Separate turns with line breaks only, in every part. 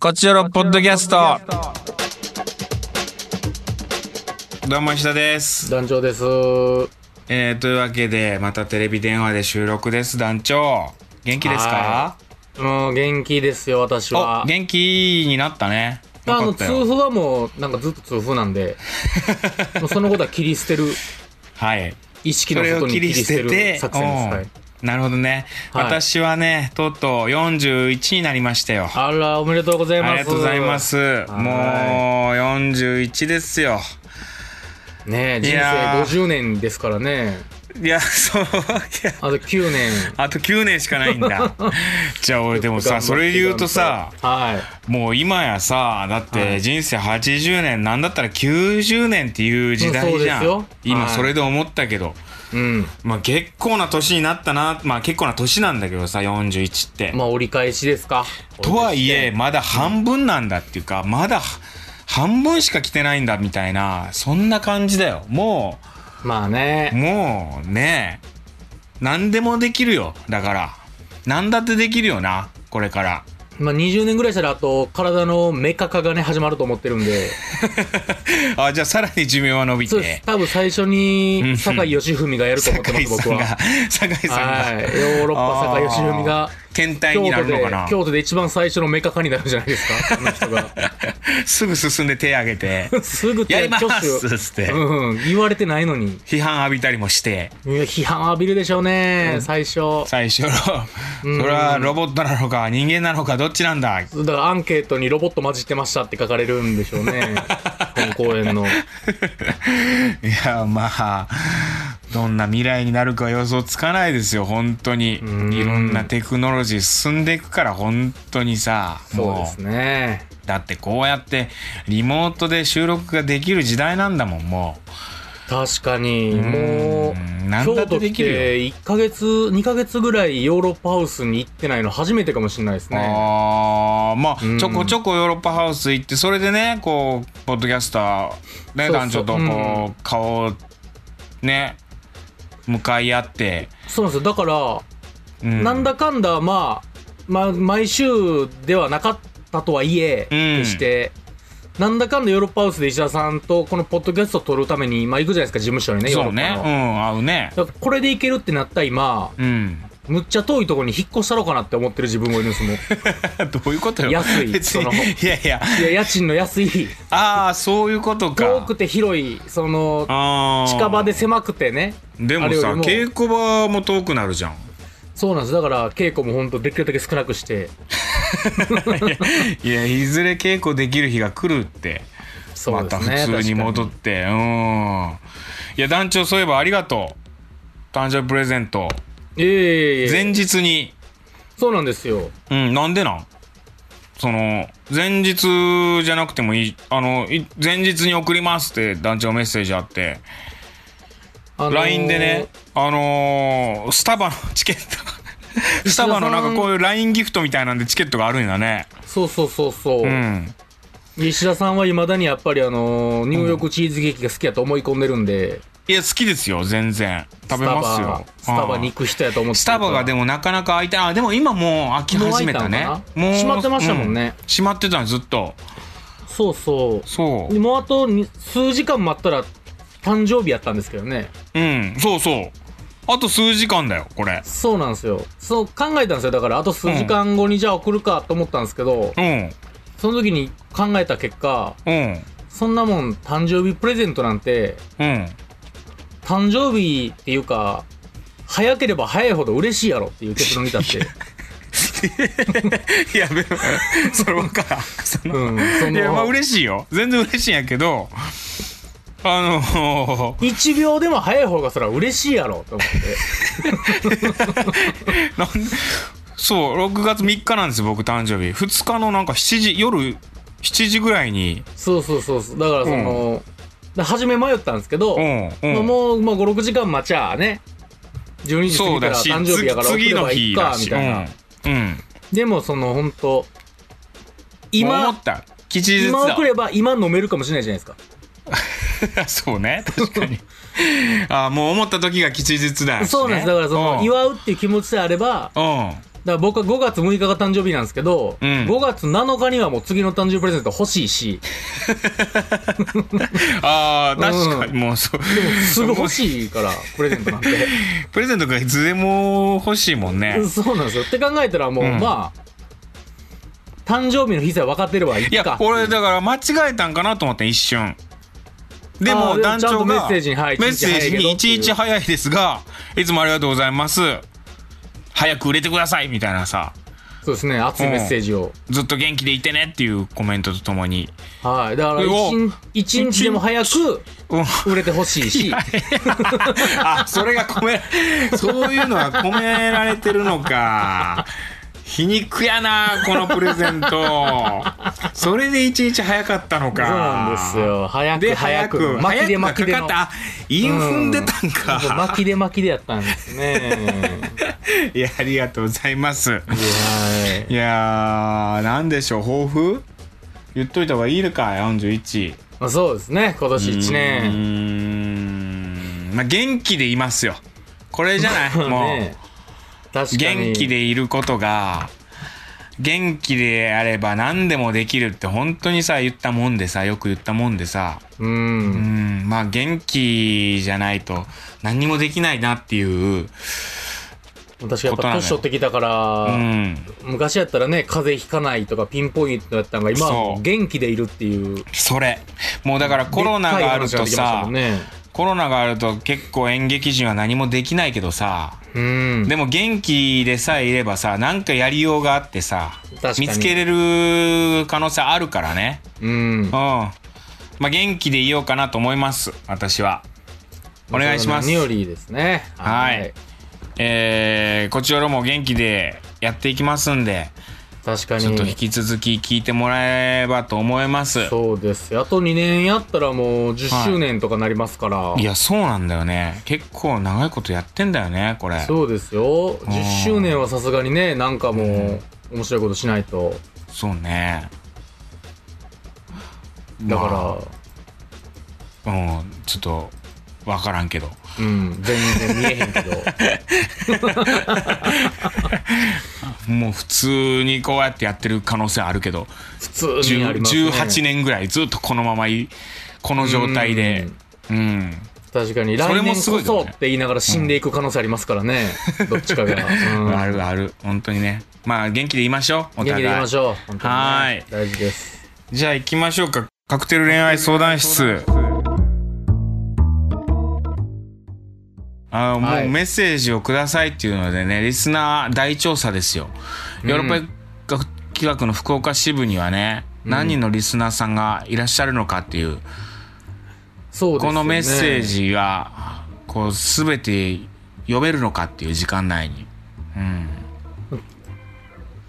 こちらのポッドキャスト。どうも石田です。
団長です。
えー、というわけで、またテレビ電話で収録です、団長。元気ですか
はもう元気ですよ、私は
お、。元気になったね。よ
あ
か
の、
った
痛
よ。
風はもう、なんかずっと痛風な んで、もうそのことは切り捨てる、
はい。
意識
そ
の
れ
外
を
に
切
切
り
り
捨
捨て
てて
る、作戦です。は
うん
い。
なるほどね、
はい
私はね、とうとう41になりましたよ。
あら、おめでとうございます。
ありがとうございま。す。もう41ですよ。
ね
い
え、人
やー
生50年ですからね。
いや、そう、いや、
あと9年。
あと9年しかないん だ。じゃあ俺でもさ、それ言うとさ、
はい。
もう今やさ、だっ
は
て
い
人生80年、なんだったら90年っていう時代じゃ
うん
ん
そうで。すよ
今
はい
それで思ったけど、
うん。
まあ結構な年になったな、まあ結構な年なんだけどさ、41って。
まあ、折り返しですか。
とはいえ、まだ半分なんだっていうか、まだ半分しか来てないんだみたいな、そんな感じだよ。も
まあ
う、
ね。
もうね、何でもできるよ。だから、何だってできるよな、これから。
まあ、20年ぐらいしたら、あと、体のメカ化がね、始まると思ってるんで。
あ、じゃあさらに寿命は伸び
そうです
て。。
多分最初に、酒井義文がやると思ってま
酒井
す、
さ
僕
ん
は
が。、酒井さん
はい。ヨ
が、
ーロッパ酒井義文が、
検体に
京
な
都
るの
で
かな、
京都で一番最初のメカ化になるんじゃないですか、この人 が。
すぐ進んで手挙げ て、
すぐ
や
手
りま
挙げ
すっつって、
うんうん、言われてないのに。
批判浴びたりもして、
いや、批判浴びるでしょうね、最初。
最初の、それはロボットなのか人間なのかどっちなんだ
だからアンケートにロボット混じってましたって書かれるんでしょ うね。本公演の。
いやまあどんな未来になるか予想つかないですよ本当にい
うん
ろんなテクノロジー進んでいくから本当にさ
そうです
も
ね。
うだってこうやってリモートで収録ができる時代なんだもんも
確かに、
ん
もう、
なんだ
京
って
都
で
来
きるよ
て1ヶ月、2ヶ月ぐらいヨーロッパハウスに行ってないの初めてかもしれないです
う、
ね。
ああまあ、
うん
ちょこちょこヨーロッパハウス行ってそれでねこうポッドキャスターね
そうそう
男女とこう、
う
顔をね向かい合って、
そうなんですよ。だから、
う
なんだかんだ、まあ、まあ、毎週ではなかったとはい
う
え、
ん
決して、なんだかんだヨーロッパハウスで石田さんとこのポッドキャストを撮るために、まあ行くじゃないですか、事務所にね、ヨー
そ
ロ
う
ッ
ね
パ
う
の。
ん合うね
だからこれで行けるってなった今、
うん
むっちゃ遠いところに引っ越したろかなって思ってる自分もいるんですもん。い
どういうことよ
安い
別に
その
いやいや
や、家賃の安い、
ああそういうことか
遠くて広い、その、
あー
近場で狭くてね。
でも
あれ
さ
よりも
稽古場も遠くなるじゃん
そうなんです。だから、稽古も本当できるだけ少なくして、
いやいずれ稽古できる日が来るって
そう
ま
です
た
ね。
普通に戻ってうんいや団長そういえばありがとう誕生日プレゼント
て。いえいえいえ
前日に
そうなんですよ。
うんなんでなんその前日じゃなくてもいいあのい前日に送りますって団長メッセージあって
あのー
LINE でね、あのースタバのチケッ ト、スタバのなんかこういう LINE ギフトみたいなんでチケットがあるんだね。
そうそうそうそう。
うん。
石田さんはいまだにやっぱりあのーニューヨークチーズケーキが好きやと思い込んでるんで、
いや、好きですよ、全然。食べますよ。
スタバスタバに
うん
行く人やと思って
スタバがで
も
もなかなか開いて、あ、でも今もう開き始めたね
もう開い。たんかな
もう。
閉まってましたもんね
う閉まってたのずっと。
そうそ
そうう。
もうあとに数時間待ったら誕生日やったんですけどね
うん、そうそう。あと数時間だよ、これ。
そうなんですよそう考えたんですよだからあと数時間後にじゃあ送るかと思ったんですけど、
うん、
その時に考えた結果
うん、
そんなもん誕生日プレゼントなんて
うん。
誕生日っていうか早ければ早いほど嬉しいやろっていう結論 に至って、
いや、でもそれわ からん。その
うん、そ
いやまあ
の
嬉しいよ全然嬉しいんやけどあの
1秒でも早い方がそら嬉しいやろと思って
なんそう6月3日なんですよ僕誕生日2日のなんか7時夜7時ぐらいに
そうそうそうそうだからその、で初め迷ったんですけど、
うんうん
まあ、もう、まあ、56時間待ちゃあね12時過
そ
ぎ
う
た
だ
ら
し
誕生日やから送
次
れ
の
ばい
日
い
だ
かみ
した
いな、
うん、うん、
でもその本当
もう
今
思った吉日
今
だ
送れば今飲めるかもしれないじゃないです か
そうね確かにあもう思った時が吉日だし、ね、
そうなんですだからその
うん
祝うっていう気持ちであれば
うん
から僕は5月6日が誕生日なんですけど、
うん
5月7日にはもう次の誕生日プレゼント欲し いし、
ああ、確かに、もうそう。
す ぐ欲しいから、プレゼントなんて。
プレゼントがいつでも欲しいもんね。
そうなんですよ。って考えたらもう、
うん
まあ、誕生日の日さえ分かってればいい
いや
か。、
俺、だから間違えたんかなと思って一瞬。で
あ
も、
ー
団
ちゃん
長
とメッ
が、
セージに、はい、
メッセージにいちいち
は
早いですが、いつもありがとうございます。早く売れてくださいみたいなさ、
そうですね、熱いメッセージを。
ずっと元気でいてねっていうコメントとともに。
はい。だから
うお
一日、一日でも早く
うん
売れてほし いし、
あ、それが込め、そういうのは込められてるのか。皮肉やな、このプレゼント。それでいちいち早かったの
そ
か。
うなんです。よ。早く
で、
早
早く、
く。巻きで
早
巻き
く
で
が
の
か。かった。韻踏んでたん
そう
か。
巻きで巻きでやったんで すね。
いや、ありがとうございます。
はい
いやー、なんでしょう、抱負言っといた方がいいのか、41。
まあ、そうですね、今年1
うー
年。
ん。まあ、元気でいますよ。これじゃ ない、もう。
ね確かに。
元気でいることが元気であれば何でもできるって本当にさ言ったもんでさよく言ったもんでさ
う。
うんんまあ元気じゃないと何にもできないなっていう
私はやっ
ことなの
ぱ
よ
年取ってきたか
う
ら、
ん
昔やったらね、風邪ひかないとかピンポイントだったのが、今はも
そうう
元気でいるっていう。
それもうだからコロナがあると
でっかい
さ
話ができましたもんね
コロナがあると結構演劇人は何もできないけどさ
うん。
でも元気でさえいればさなんかやりようがあってさ
確かに
見つけれる可能性あるからね
うん
うん。。まあ、元気でいようかなと思います。私は。お願いします
ニオリーですね。
はいえー、こちらも元気でやっていきますんで、
確か
ちょっと引
に。
き続き聞いてもらえればと思います。
そうですよ。あと2年やったらもう10周年とかなりますから。
いや、そうなんだよね。結構長いことやってんだよね、これ。そ
そうですよ。
ん
10周年はさすがにね、なんかもう、面白いことしないと。
うね。
だから、
ら、うん、ちょっと、わからんけど。
うん、全然見えへんけ ど。
もう普通にこうやってやってる可能性あるけど、
普通にあります、ね。
18年ぐらいずっとこのままい、この状態で、うん、
確かに
それ
来
も
年
すご
こ
いけど
そ
ね
って言いながら死んでいく可能性ありますか らね、どっちかが、うん
あるある本当にねまあ元気で言いましょうお
元
互
気でいきま
い
しょう本当にね
はーい
大事です
じゃあ行きましょうかカクテル恋愛相談室あーも
は
う
い
メッセージをくださいっていうのでねリスナー大調査ですよ
うん
ヨーロッパ学企画の福岡支部にはね何人のリスナーさんがいらっしゃるのかっていう
そうですよ
こ
ね
のメッセージがこう全て読めるのかっていう時間内に、うん、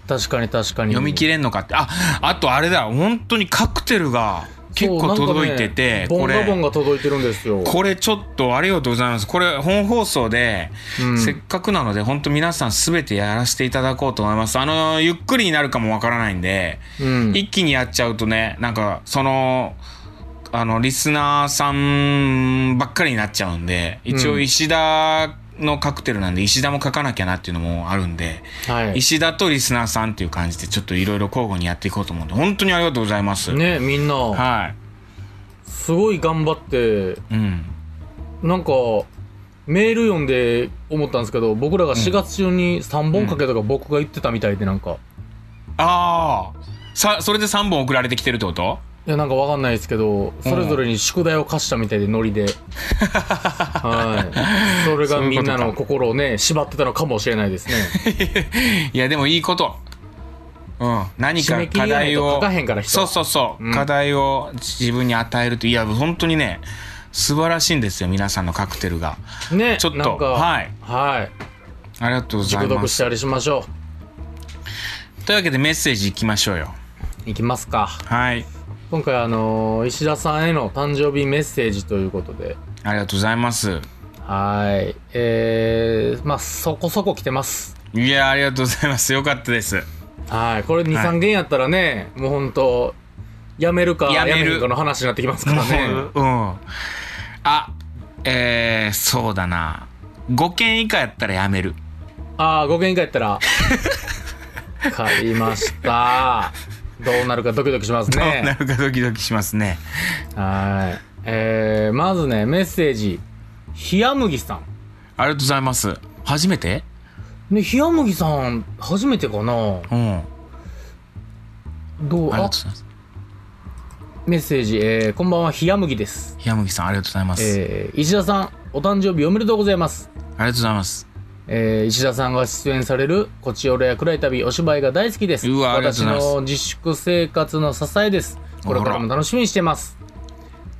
確かに確かに
読み切れんのかってああとあれだ本当にカクテルが結
そう
構
なんかね
届いてて、
ボ
こ
ンガボン
れ
が届いてるんですよ
これちょっとありがとうございますこれ本放送で、
うん
せっかくなので本当皆さん全てやらせていただこうと思いますあのゆっくりになるかもわからないんで、
うん
一気にやっちゃうとねなんかそのあのリスナーさんばっかりになっちゃうんで一
う
応
ん
石田のカクテルなんで石田も書かなきゃなっていうのもあるんで、
はい
石田とリスナーさんっていう感じでちょっといろいろ交互にやっていこうと思うんで本当にありがとうございます、
ねみんな
は
すごい頑張って
い、うん、
なんかメール読んで思ったんですけど僕らが4月中に3本かけとか僕が言ってたみたいでなんか
ああさそれで3本送られてきてるってこと
いやなんかわかんないですけどそれぞれに宿題を課したみたいでノリではいそれがみんな
そういう
の
こ
心をね縛ってたのかもしれな いですね
いやでもいいことうん、何
締
か
め切
課
りない
題
と
を
書かへんから人
そうそうそう、
うん
課題を自分に与えるといや本当にね素晴らしいんですよ皆さんのカクテルが
ね
ちょっ
な
と
んか
はい
はい
ありがとうござ
熟
いま
読し
す
たりしましょ
というわけでメッセージいきましょうよ
ういきますか
はい
今回あのー石田さんへの誕生日メッセージということで
ありがとうございます
はいえー、まあそこそこ来てます
いやありがとうございますよかったです
はいこれ23、
はい
三件やったらねもうほんとやめるか
やめ
やめ
る
へんかの話になってきますか らね
もううん。あ、えー、そうだな。5件以下やったらやめる。
ああ、5件以下やっ たら。買りました。どうなるかドキドキします
どう な
ね。
るかドキドキしますね。
はい。えー、まずね、メッセージ。冷麦さ
ありがとうございます。初めて
ん。ね、冷麦さん、初めてかな
うん。ありが
どう
とうご、
あ
ざいます。
メッセージ。えー、こんばんは、冷麦です。
ひやむぎさん、ありがとうございます。
えー、石田さん、お誕生日おめでとうございます。
ありがとうございます。
えー、石田さんが出演される「こちおらや暗い旅」お芝居が大好きです
うわありがと
私
うございます
の自粛生活の支えですこれからも楽しみにしてます、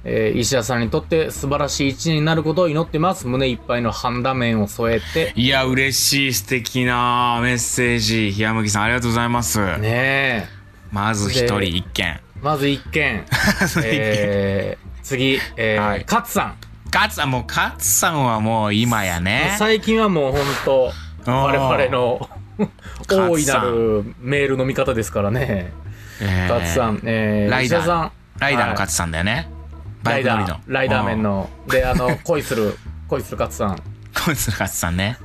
えー、石田さんにとって素晴らしい一年になることを祈ってます胸いっぱいの半田面を添えて
いや、嬉しい、素敵なメッセージ。ひやむぎさん、ありがとうございます。
ねえ
まず一人
で
一件。
まず一件、 えー、次、えー
はい
勝さん
カツさん、もうカツさんはもう今やね。
最近はもうほんと我々の
さん
大いなるメールの見方ですからね
えー
勝さん、えー、
ライダー
石田さん
ライダーの
はい
カツさんだよね。
ライ
バイ
ダ
ク乗
ー
り、の。
ライダーメン
うん。
の。で、あの、 恋する、恋する勝さん。
こいつのカツさんね。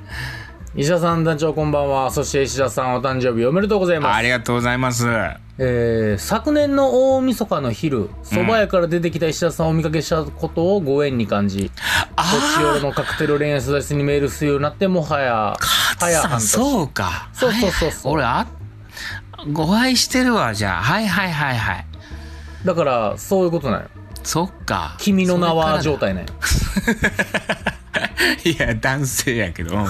石田さん、団長こんばんは。そして石田さん、お誕生日おめでとうございま
あ
す。
りがとうございます。
えー昨年の大晦日の昼、蕎麦屋から出てきた石田さんをお見かけしたことをご縁に感じ、年寄りのカクテル恋愛育ちにメールするようになって、もはや、
カ
は
ツ
や
さ
半
ん、
年。
そうか。
そうそうそうそう
はいはい俺、あ、ご愛してるわ、じゃあ。はいはいはいはい。
だから、そういうことなんよ。
そっか。
君の名は
それ
状
から
態なんよ。
だ。 いや、男性や けど、まあ。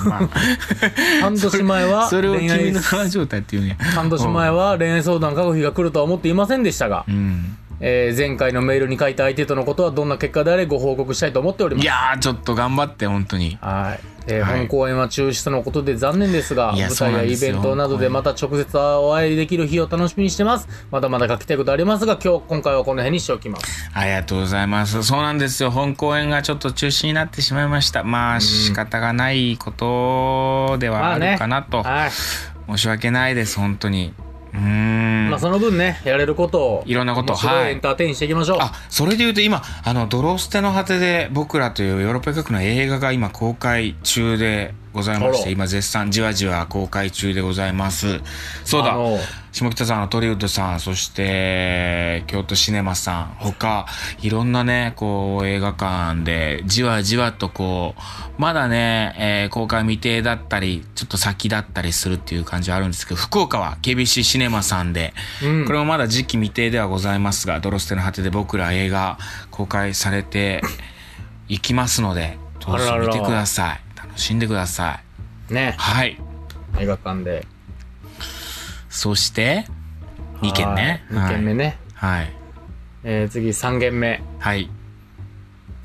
半年前は、
それを
恋
君
愛
の、名は状態って言うんや。
半年前は恋愛相談書く日が来るとは思っていませんでしたが
う、ん。
えー前回のメールに書いた相手とのことはどんな結果であれご報告したいと思っておりま
い
す。
やー、ちょっと頑張って、本当に。
はいえー
はい
本公演は中止とのことで残念ですが
いや
舞
そう
台
な
や
んで
イ
すよ
ベントなどでまた直接お会いできる日を楽しみにしてますまだまだ書きたいことありますが今日今回はこの辺にしておきます
ありがとうございます。そうなんですよ。本公演がちょっと中止になってしまいました。まあ、仕方がないことではあるかなと。
はい、
申し訳ないです、本当に。うーん。
まあその分ねやれることを
いろんなこと
面白い
はい
エンターテインしていきましょう、
あそれで言うと今「あのドロステの果て」で「僕ら」というヨーロッパ各の映画が今公開中でございまし
あら
て今絶賛じわじわ公開中でございますそう
あ
だ
の
下北さんのトリウッドさんそして京都シネマさん他いろんなねこう映画館でじわじわとこうまだね、えー公開未定だったりちょっと先だったりするっていう感じはあるんですけど福岡は KBC シネマさんで
うん
これもまだ時期未定ではございますが、ドロステの果てで僕ら映画公開されていきますので、どうぞ
あらら
見てください。楽しんでください。
ね
はい。
映画館で
そして、2件ね。
2件目ね、
はい。はい。
えー次3件目
はい。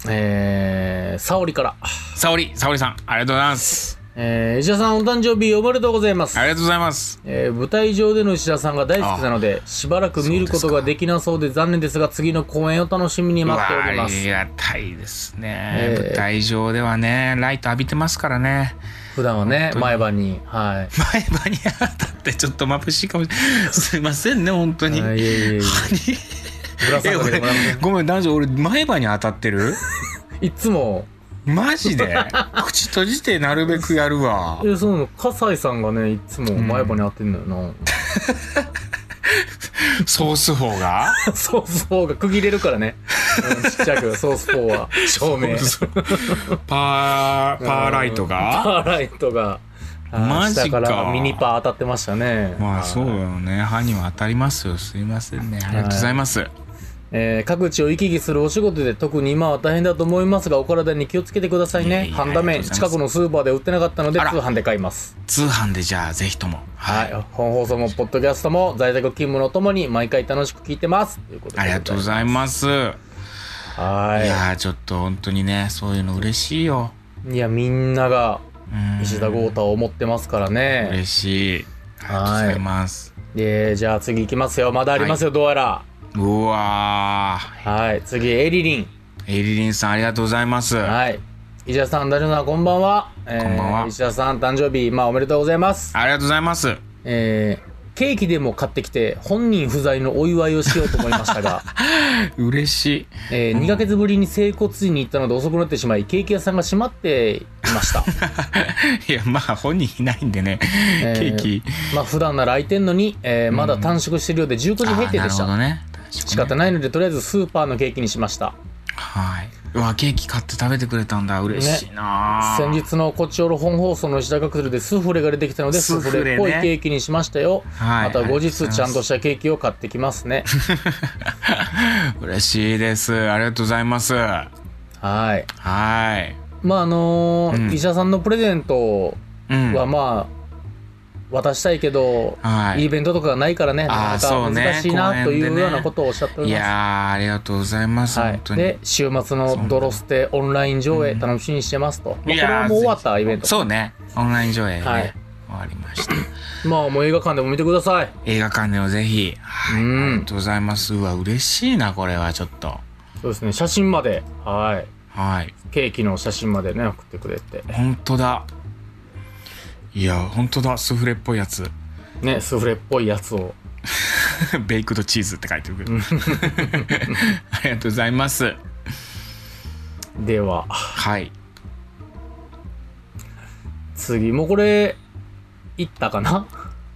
えー、沙織から
沙織、沙織さん、ありがとうございます。
えー、石田さんお誕生日おめでとうございます
ありがとうございます。
えー舞台上での石田さんが大好きなのでしばらく見ることができなそうで残念ですが次の公演を楽しみに
う
待
わ
ってお
あ
りま
り
す
がたいですね、
えー
舞台上ではね、ライト浴びてますからね。
普段はね
本当に
前歯にはい
前歯に当たってちょっと眩しいかもしれない。すいませんね、本当に。
はいいえいえいえぶら下
え
がってもらいま
俺ごめん男女俺前歯に当たってる
すいつも
マジ で口閉じてなるべくやるわ
えその葛西さんがねいつも前歯に当てんのよな、
ソース法が
ソース4が区切れるからね、うんちっちゃくソース4は 照明
パーパーライトが
パーライトがあー
マジか
下からミニパー当たってましたね
まあ
はい
そうよね歯には当たりますよすいませんねありがとうございます、
えー各地を行き来するお仕事で特に今は大変だと思いますがお体に気をつけてくださ
い
い
えい
ね
え
半ダ
あ
メ
りがとう
近
ござ
く
い
のスーパーで売ってなかったので
あら
通販で買います
通販でじゃあぜひともは、
はいい本放送もポッドキャストも在宅勤務のともに毎回楽しく聞いてますということで
ありがとうございます、、
すはいい
やーちょっと本当にねそういうの嬉しいよ
いやみんなが
うん
石田豪太を思ってますからね
嬉しいありがとうございます、
でじゃあ次行きますよまだありますよ、どうやら
うわー
はい次エリリン
エリリンさんありがとうございます。あ
はい石田さん、大丈夫さん、こんばんは。こ
こんばんは
石田さん、誕生日、まあ、おめでとうございます。
りがとうございます。
えーケーキでも買ってきて本人不在のお祝いをしようと思いました が、
嬉しい。
え2ヶ月ぶりに整骨院に行ったので遅くなってしまいケーキ屋さんが閉まっていま した
いや、まあ、本人いないんでね、
え
ケー
ー
キ。
まあ普段なら開いてんのに、えーまだ短縮してるようで19時閉店でした、
あーなるほどね。
仕方
ない。
ないのでとりあえずスーパーのケーキにしました
はい。うわ、ケーキ買って食べてくれたんだ。嬉しいな、
先日のこっちおろ本放送の石田学徒でスフレが出てきたので
ス
ス
フレね
フレっぽいケーキにしましたよ、
はい
また後
ありがとうござい
日
ます
ちゃんとしたケーキを買ってきます ね
嬉しいです。ありがとうございます。は
はい
い。
まああのー
うん
医者さんのプレゼント
うん。
はまあ渡したいけど、
はい
い、イベントとかがないからね
あー
な
そ
か
う
な
ね
か難しいなと
公園で
い
ね
うようなことをおっしゃってお
い
り
や
ます
ー、ありがとうございます。
は
本当
い、
に。
で週末の「ドロステ」オンライン上映楽しみにしてますと、まあ、こ
い
れ
やー
はもう終わったイベント
そうね。オンライン上映、ね
はい
終わりました。
まあもう映画館でも見てください
映画館でもぜひ。はい。
うん
ありがとうございます。うわ、嬉しいな、これはちょっと。
そうですね写真まではい
はい。
ケーキの写真までね送ってくれて
本当だ。いや、本当だ。スフレっぽいやつ。
ねスフレっぽいやつを
ベイクドチーズって書いてるけど。 ありがとうございます。
では
はい。
次もうこれいったかな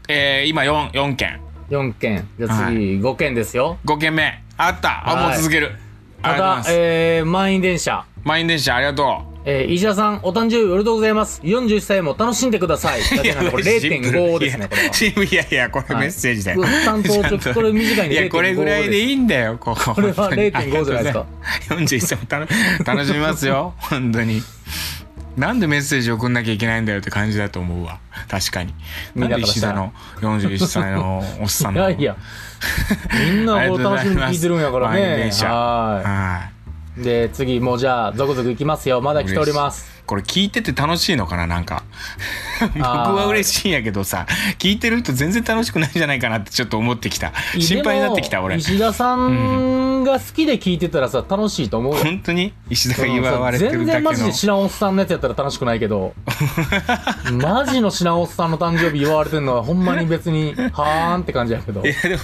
えー、今4、4件。
4件じゃあ次5件ですよ、
5件目。あった。あ、
はい
もう続ける。ありがとうご
ただ、
ざいます。
えー、満員電車
満員電車、ありがと
えー、石田さん、お誕生日おめでとうございます。41歳も楽しんでく ださい。だ
う。
けなんでこれ0.5ですね、これは。
シンプルいやいや、これメッセージだよ。
はい担当ちょっとこれ短いんで
いや、これぐらいでいいんだよ、こ こ。こ
れは0.5じゃないですか。
41歳も楽楽しみますよ、本当に。なんでメッセージ送んなきゃいけないんだよって感じだと思うわ。確かに。
み
なんん
な
で
から
石
した
田
ら
の41歳のおっさん
い
の。
やいや、みんなこう楽しみに聞いてるんやから
ありがとうございます満員
ね
電。車
は。
はい
で、次、もうじゃあ、ゾクゾクいきますよ。まだ来ております。
い。これ聞いてて楽しいのかななんか僕は嬉しいんやけどさ聞いてると全然楽しくないんじゃないかなってちょっと思ってきた心配になってきた
で
俺
も石田さんが好きで聞いてたらさ、楽しいと思うよ。
本当に石田
そ
が
の
祝わ
さ
れて
全
るだ
然
けの
マジで知らんおっさんのやつやったら楽しくない けどマジの知らんおっさんの誕生日祝われてるのはほんまに別にはーんって感じやけど
いやでも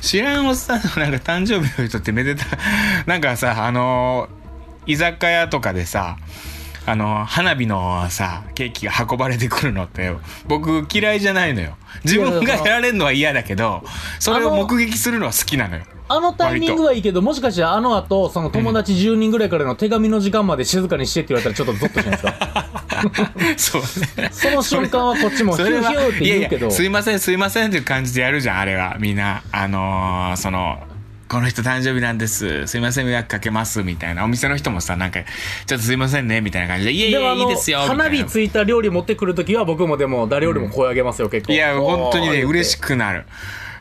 知らんおっさんのなんか誕生日の人ってめでた なんかさあのー居酒屋とかでさあのー花火のさケーキが運ばれてくるのって僕嫌いじゃないのよ自分がやられるのは嫌だけどそれを目撃するのは好き なのよ
あのタイミングはいいけどもしかしたらあの後その友達10人ぐらいからの手紙の時間まで静かにしてって言われたらちょっとゾッとしないですか
そうね
その瞬間はこっちもヒ
そ
ュ
れ
ー
は
ヒューって言うけ
いやい
ど
やすいませんすいませんっていう感じでやるじゃんあれはみんなあのーそのこの人誕生日なんですすいません迷惑かけますみたいなお店の人もさなんかちょっとすいませんねみたいな感じでいやい
でも
や
あ
いい
の
ですよみたいな
花火ついた料理持ってくるときは僕もでも誰よりも声上げますよ結構
いや本当にね嬉し
く
くなる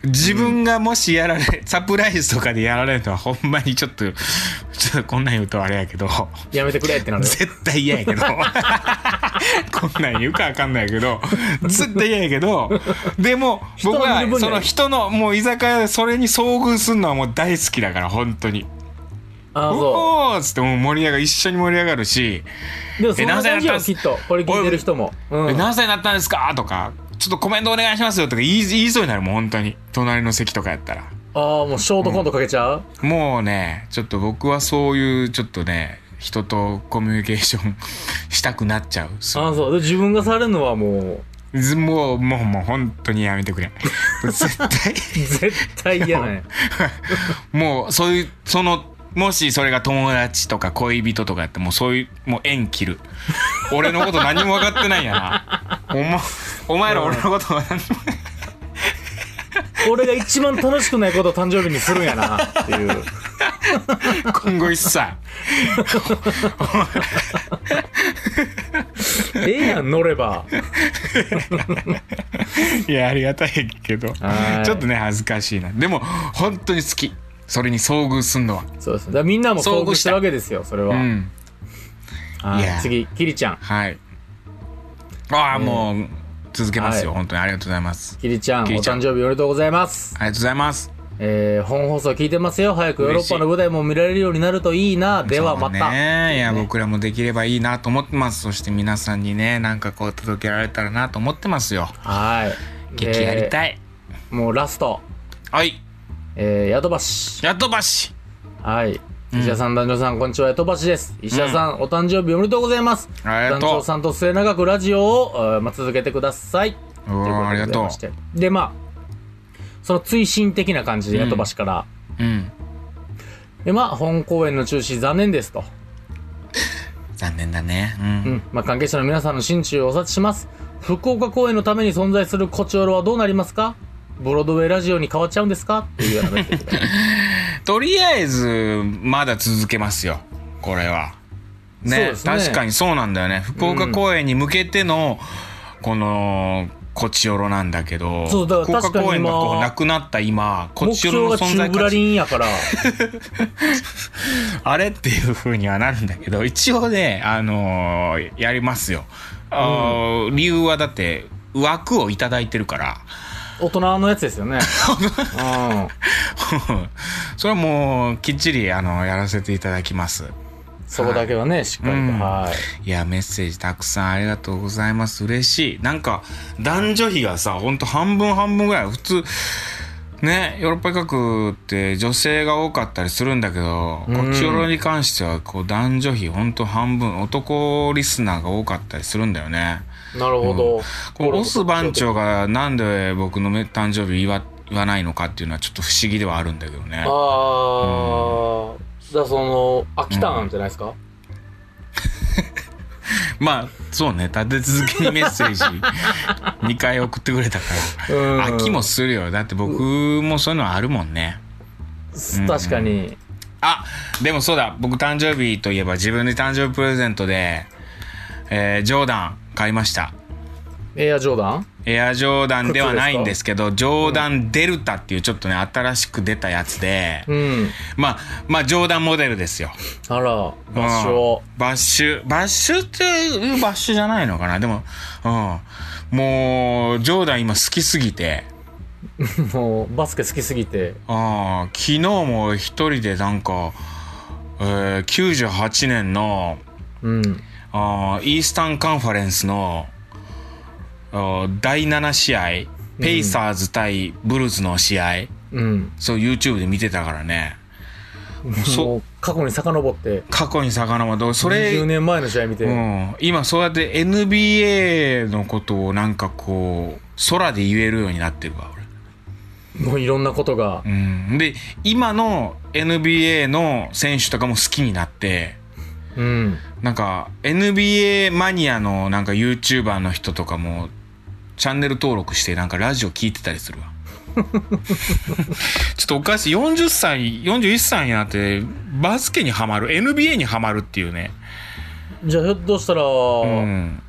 自分がもしやられ、サプライズとかでやられるのはほんまにちょっとちょっとこんなん言うとあれやけど
やめてくれ ってなる
絶対嫌やけど こんなん言うかわかんないけど絶対嫌やけどでも
人
僕
の見る分に
は
は
その人のもう居酒屋でそれに遭遇するのはもう大好きだから本当に「
ああそ
おお!」っつってもう盛り上がる一緒に盛り上がるし
うでもその
えなぜ
話
や
は
ったん
きっとこれ聞いてる人もう
「
ん
え何歳になったんですか?」とか「ちょっとコメントお願いしますよ」とか言い言いそうになるもん本当に隣の席とかやったら。
ああもうショートコントかけちゃう、
もうねちょっと僕はそういうちょっとね人とコミュニケーションしたくなっちゃうす
ああそうで自分がされるのはもう
ずもうもうもう本当にやめて くれ絶対
絶対嫌 なんや
もうそういうそのもしそれが友達とか恋人とかやってもうそういうもう縁切る俺のこと何も分かってないんや なお,、ま、お前ら俺のことは何も
俺が一番楽しくないことを誕生日にするんやなっていう
今後一切
ええやん乗れば
いやありがたいけど
はい
ちょっとね恥ずかしいなでも本当に好きそれに遭遇すんのは
そうですねだからみんなも遭遇してるわけですよそれは、
うん
はい
いや
次キリちゃん
はいああ、もう続けますよ、
は
本当にありがとうございます
キリちゃん
キリちゃん
お誕生日おめでとうございます
ありがとうございます
えー、本放送聞いてますよ早くヨーロッパの舞台も見られるようになるといいなではま
そう
た、
ねいや
ね
僕らもできればいいなと思ってますそして皆さんにねなんかこう届けられたらなと思ってますよ
はい
劇やりたい、
もうラスト、
はい。
えー、ヤドバシ。
やっとばし。
はい。石田さん、団長さん、こんにちは、ヤドバシです。石田さん、お誕生日おめでとうございます。
ありが
団
と
長
う。
さんと末永くラジオを、えーまあ、続けてください。
うわありがとう。
ということでございましてで、まあ、その追伸的な感じで、
うん
ヤドバシから、
うん。
で、まあ、本公演の中止残念ですと。
残念だね。う。
うんん。まあ、関係者の皆さんの心中をお察しします。福岡公演のために存在するコチョロはどうなりますかブロードウェイラジオに変わっちゃうんですかっていうようなメッ セージが
とりあえず、まだ続けますよ。これは。
そう
ね
ですね
確かにそうなんだよね。福岡公演に向けての、この、こちよろなんだけど、
そうだ
福
から
岡公演が
確かに
こ
今
うなくなった今、こ
目
ちよろ
標
の存
が
在
中ブ
価
ラリ
値、
ンやから。
あれっていう風にはなるんだけど、一応ね、あのーやりますよ。あー理由はだって、枠をいただいてるから、
大人のやつですよね。うん。
それはもう、きっちり、あの、やらせていただきます。
そこだけはね、しっかりと。
うん
はい。
いや、メッセージたくさんありがとうございます。嬉しい。なんか、男女比がさ、ほんと半分半分ぐらい。普通、ね、ヨーロッパ企画って女性が多かったりするんだけど、
うん
こっちよろに関しては、こう、男女比ほんと半分、男リスナーが多かったりするんだよね。
なるほど。
こうオス番長がなんで僕のめ誕生日言わ言わないのかっていうのはちょっと不思議ではあるんだけどね。
あー、だからその、飽きたんじゃないですか、
まあ、そうね、立て続けにメッセー ジ2回送ってくれたから。
うん
飽きもするよだって僕もそういうのあるもんねうん
確かに。
あでもそうだ僕誕生日といえば自分で誕生日プレゼントで、えージョーダン買いました
エアジョーダン
エアジョーダンではないんですけどジョーダンデルタっていうちょっとね新しく出たやつで、
うん。
まあまあジョーダンモデルですよ
あら、場所。
バッシュバッシュっていうバッシュじゃないのかなでも、うん、もうジョーダン今好きすぎて
もう、バスケ好きすぎて。
ああ昨日も一人でなんか、えー、98年の
うん。
あーイースタンカンファレンスのあー第7試合ペイサーズ対ブルーズの試合、
うん。
そう YouTube で見てたからねそう
もう、過去に遡って、
過去に遡ってそ
20
れ、
年前の試合見て。
うん、今そうやって NBA のことをなんかこう空で言えるようになってるわ俺。
もういろんなことが
う。ん、で今の NBA の選手とかも好きになって
うん。
なんか NBA マニアのなんか YouTuber の人とかもチャンネル登録してなんかラジオ聞いてたりす るわちょっとおかしい40歳41歳になってバスケにはまる NBA にはまるっていうね
じゃあ、ひょっとしたら、
うん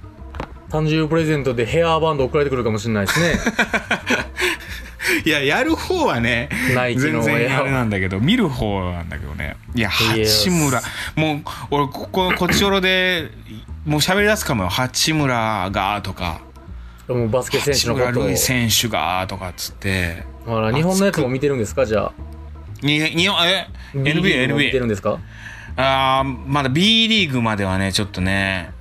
誕生日プレゼントでヘアバンド送られてくるかもしれないで すね。
いややる方はね
ナイキ
全
の
然
エ
あ
ア
れなんだけど見る方なんだけどねいや
いや
八村もう俺こここっちおろでもう喋り出すかもよ八村がとか
もうバスケ選手
八
の
村
こと
塁
を。
選手がとかっつって
あら、日本のやつも見てるんですかじゃあ。
に日本え
B リーグも見てる
NBA
んですか
NBA ああまだ B リーグまではねちょっとね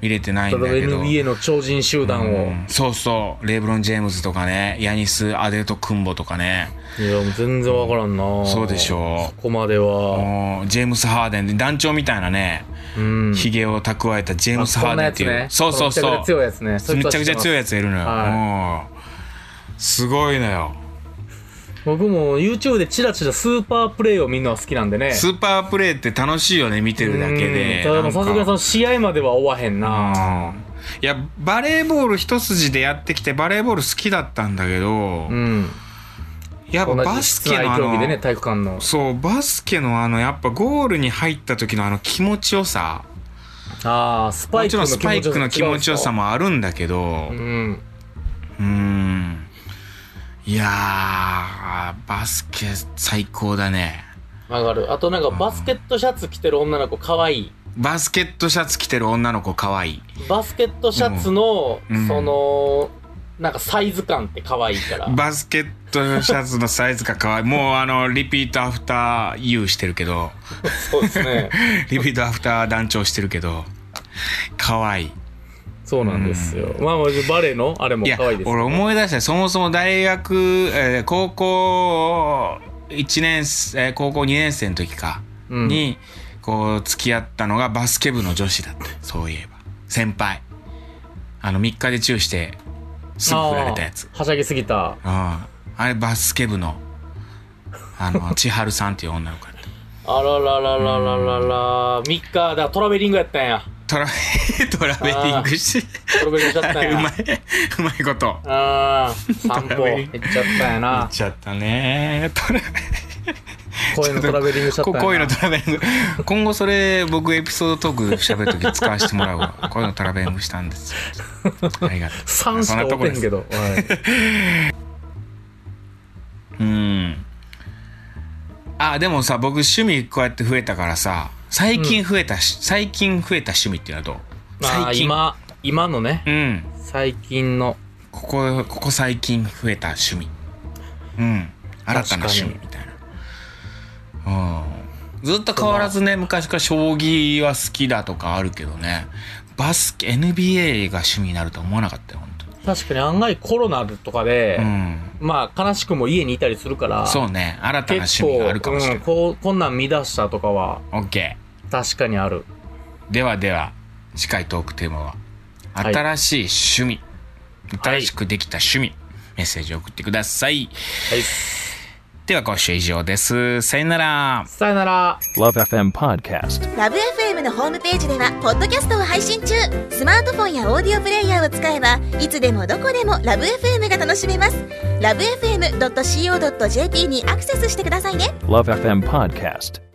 見れてない
例
んだ
え
け
ば
ど
NBA の超人集団を。
うんそうそうレブロン・ジェームズとかねヤニス・アデト・クンボとかね
いや、もう全然わからんな
そうでしょ
ここまでは。
もうジェームス・ハーデンで団長みたいなね
うん。
ひげを蓄えたジェームス・ハーデンってい
こんな
う
やつね
そうそうそ
この
う
めちゃくちゃ強いやつね。そい
め
つは
ちゃくちゃ強い
知って
やつがいるのようんすごいのよ
ます僕も YouTube でチラチラスーパープレイを見るのは好きなんでね。
ス
ー
ーパープレーって楽しいよね見てるだけで
ただもうさすがにそ
なんか
の試合までは追わへんな。
うんいやバレーボール一筋でやってきてバレーボール好きだったんだけど、
うん。
やっぱ
同
バ
じ
ス
室
ケ
内
のあ
競技でね、
の
体育館の。
そうバスケのあのやっぱゴールに入った時のあの気持ちよさ
ああ、スパ
も
イ
ち
ク
ろ
の
んスパイクの気持ちよさ
も。
もあるんだけど、
うん。
うーん。いやー、バスケ最高だね。
上がる。あとなんかバスケットシャツ着てる女の子可愛い。
バスケットシャツ着てる女の子可愛い。
バスケットシャツの、
うん
その、なんかサイズ感って可愛いから。
バスケットシャツのサイズが可愛い。もうあの、リピートアフターユーしてるけど、
そうですね。
リピートアフター団長してるけど、可愛い。
そうなんですよ。まあ、まあバレエのあれも
いや
可愛いですけど。
俺思い出したそもそも大学、えー高校1年生、えー高校2年生の時か
うん
に、こう付き合ったのがバスケ部の女子だったそういえば先輩あの3日でチューしてすぐ振られたやつ
あーはしゃぎすぎた。
ああれバスケ部のあ の千春さんっていう女の子だった
あららららららら、3日だ、トラベリングやったんや。
トラトラベリングして
トラベリングしちゃったんや。
うまいうまいこと
あー散
ト
歩
ラベリ
行
ン
っちゃったんや
言
な
っ。ちゃったねトラ
声のトラベリングしちゃったんやな。
こ恋のトラベリング今後それ僕エピソードトーク喋る時使わせてもらうわ恋のトラベリングしたんですよありがとう
3しか追ってへんけど。はい
うんあでもさ僕趣味こうやって増えたからさ最近増えたし、最近増えた趣味っていうのはどう
まあ、
最近
今、今のね、
うん
最近の。
ここここ最近増えた趣味うん新たな趣味みたいなうんずっと変わらずね昔から将棋は好きだとかあるけどねバスケ NBA が趣味になるとは思わなかったよ本当に
確かに案外コロナとかで、まあ、悲しくも家にいたりするから、
うんそうね新たな
結
趣
構
味があるかもしれ
うん、
ない
こうこんなん見出したとかは
OK
確かにある。
ではでは次回トークテーマは「
はい
新しい趣味」新しくできた趣味、メッセージを送ってください
はい。
では今週以上ですさよなら
さよなら。
Love FM Podcast.
ラブ f m のホームページではポッドキャストを配信中スマートフォンやオーディオプレイヤーを使えばいつでもどこでもラブ f m が楽しめますラブ FM.co.jp にアクセスしてくださいね
Love FM Podcast.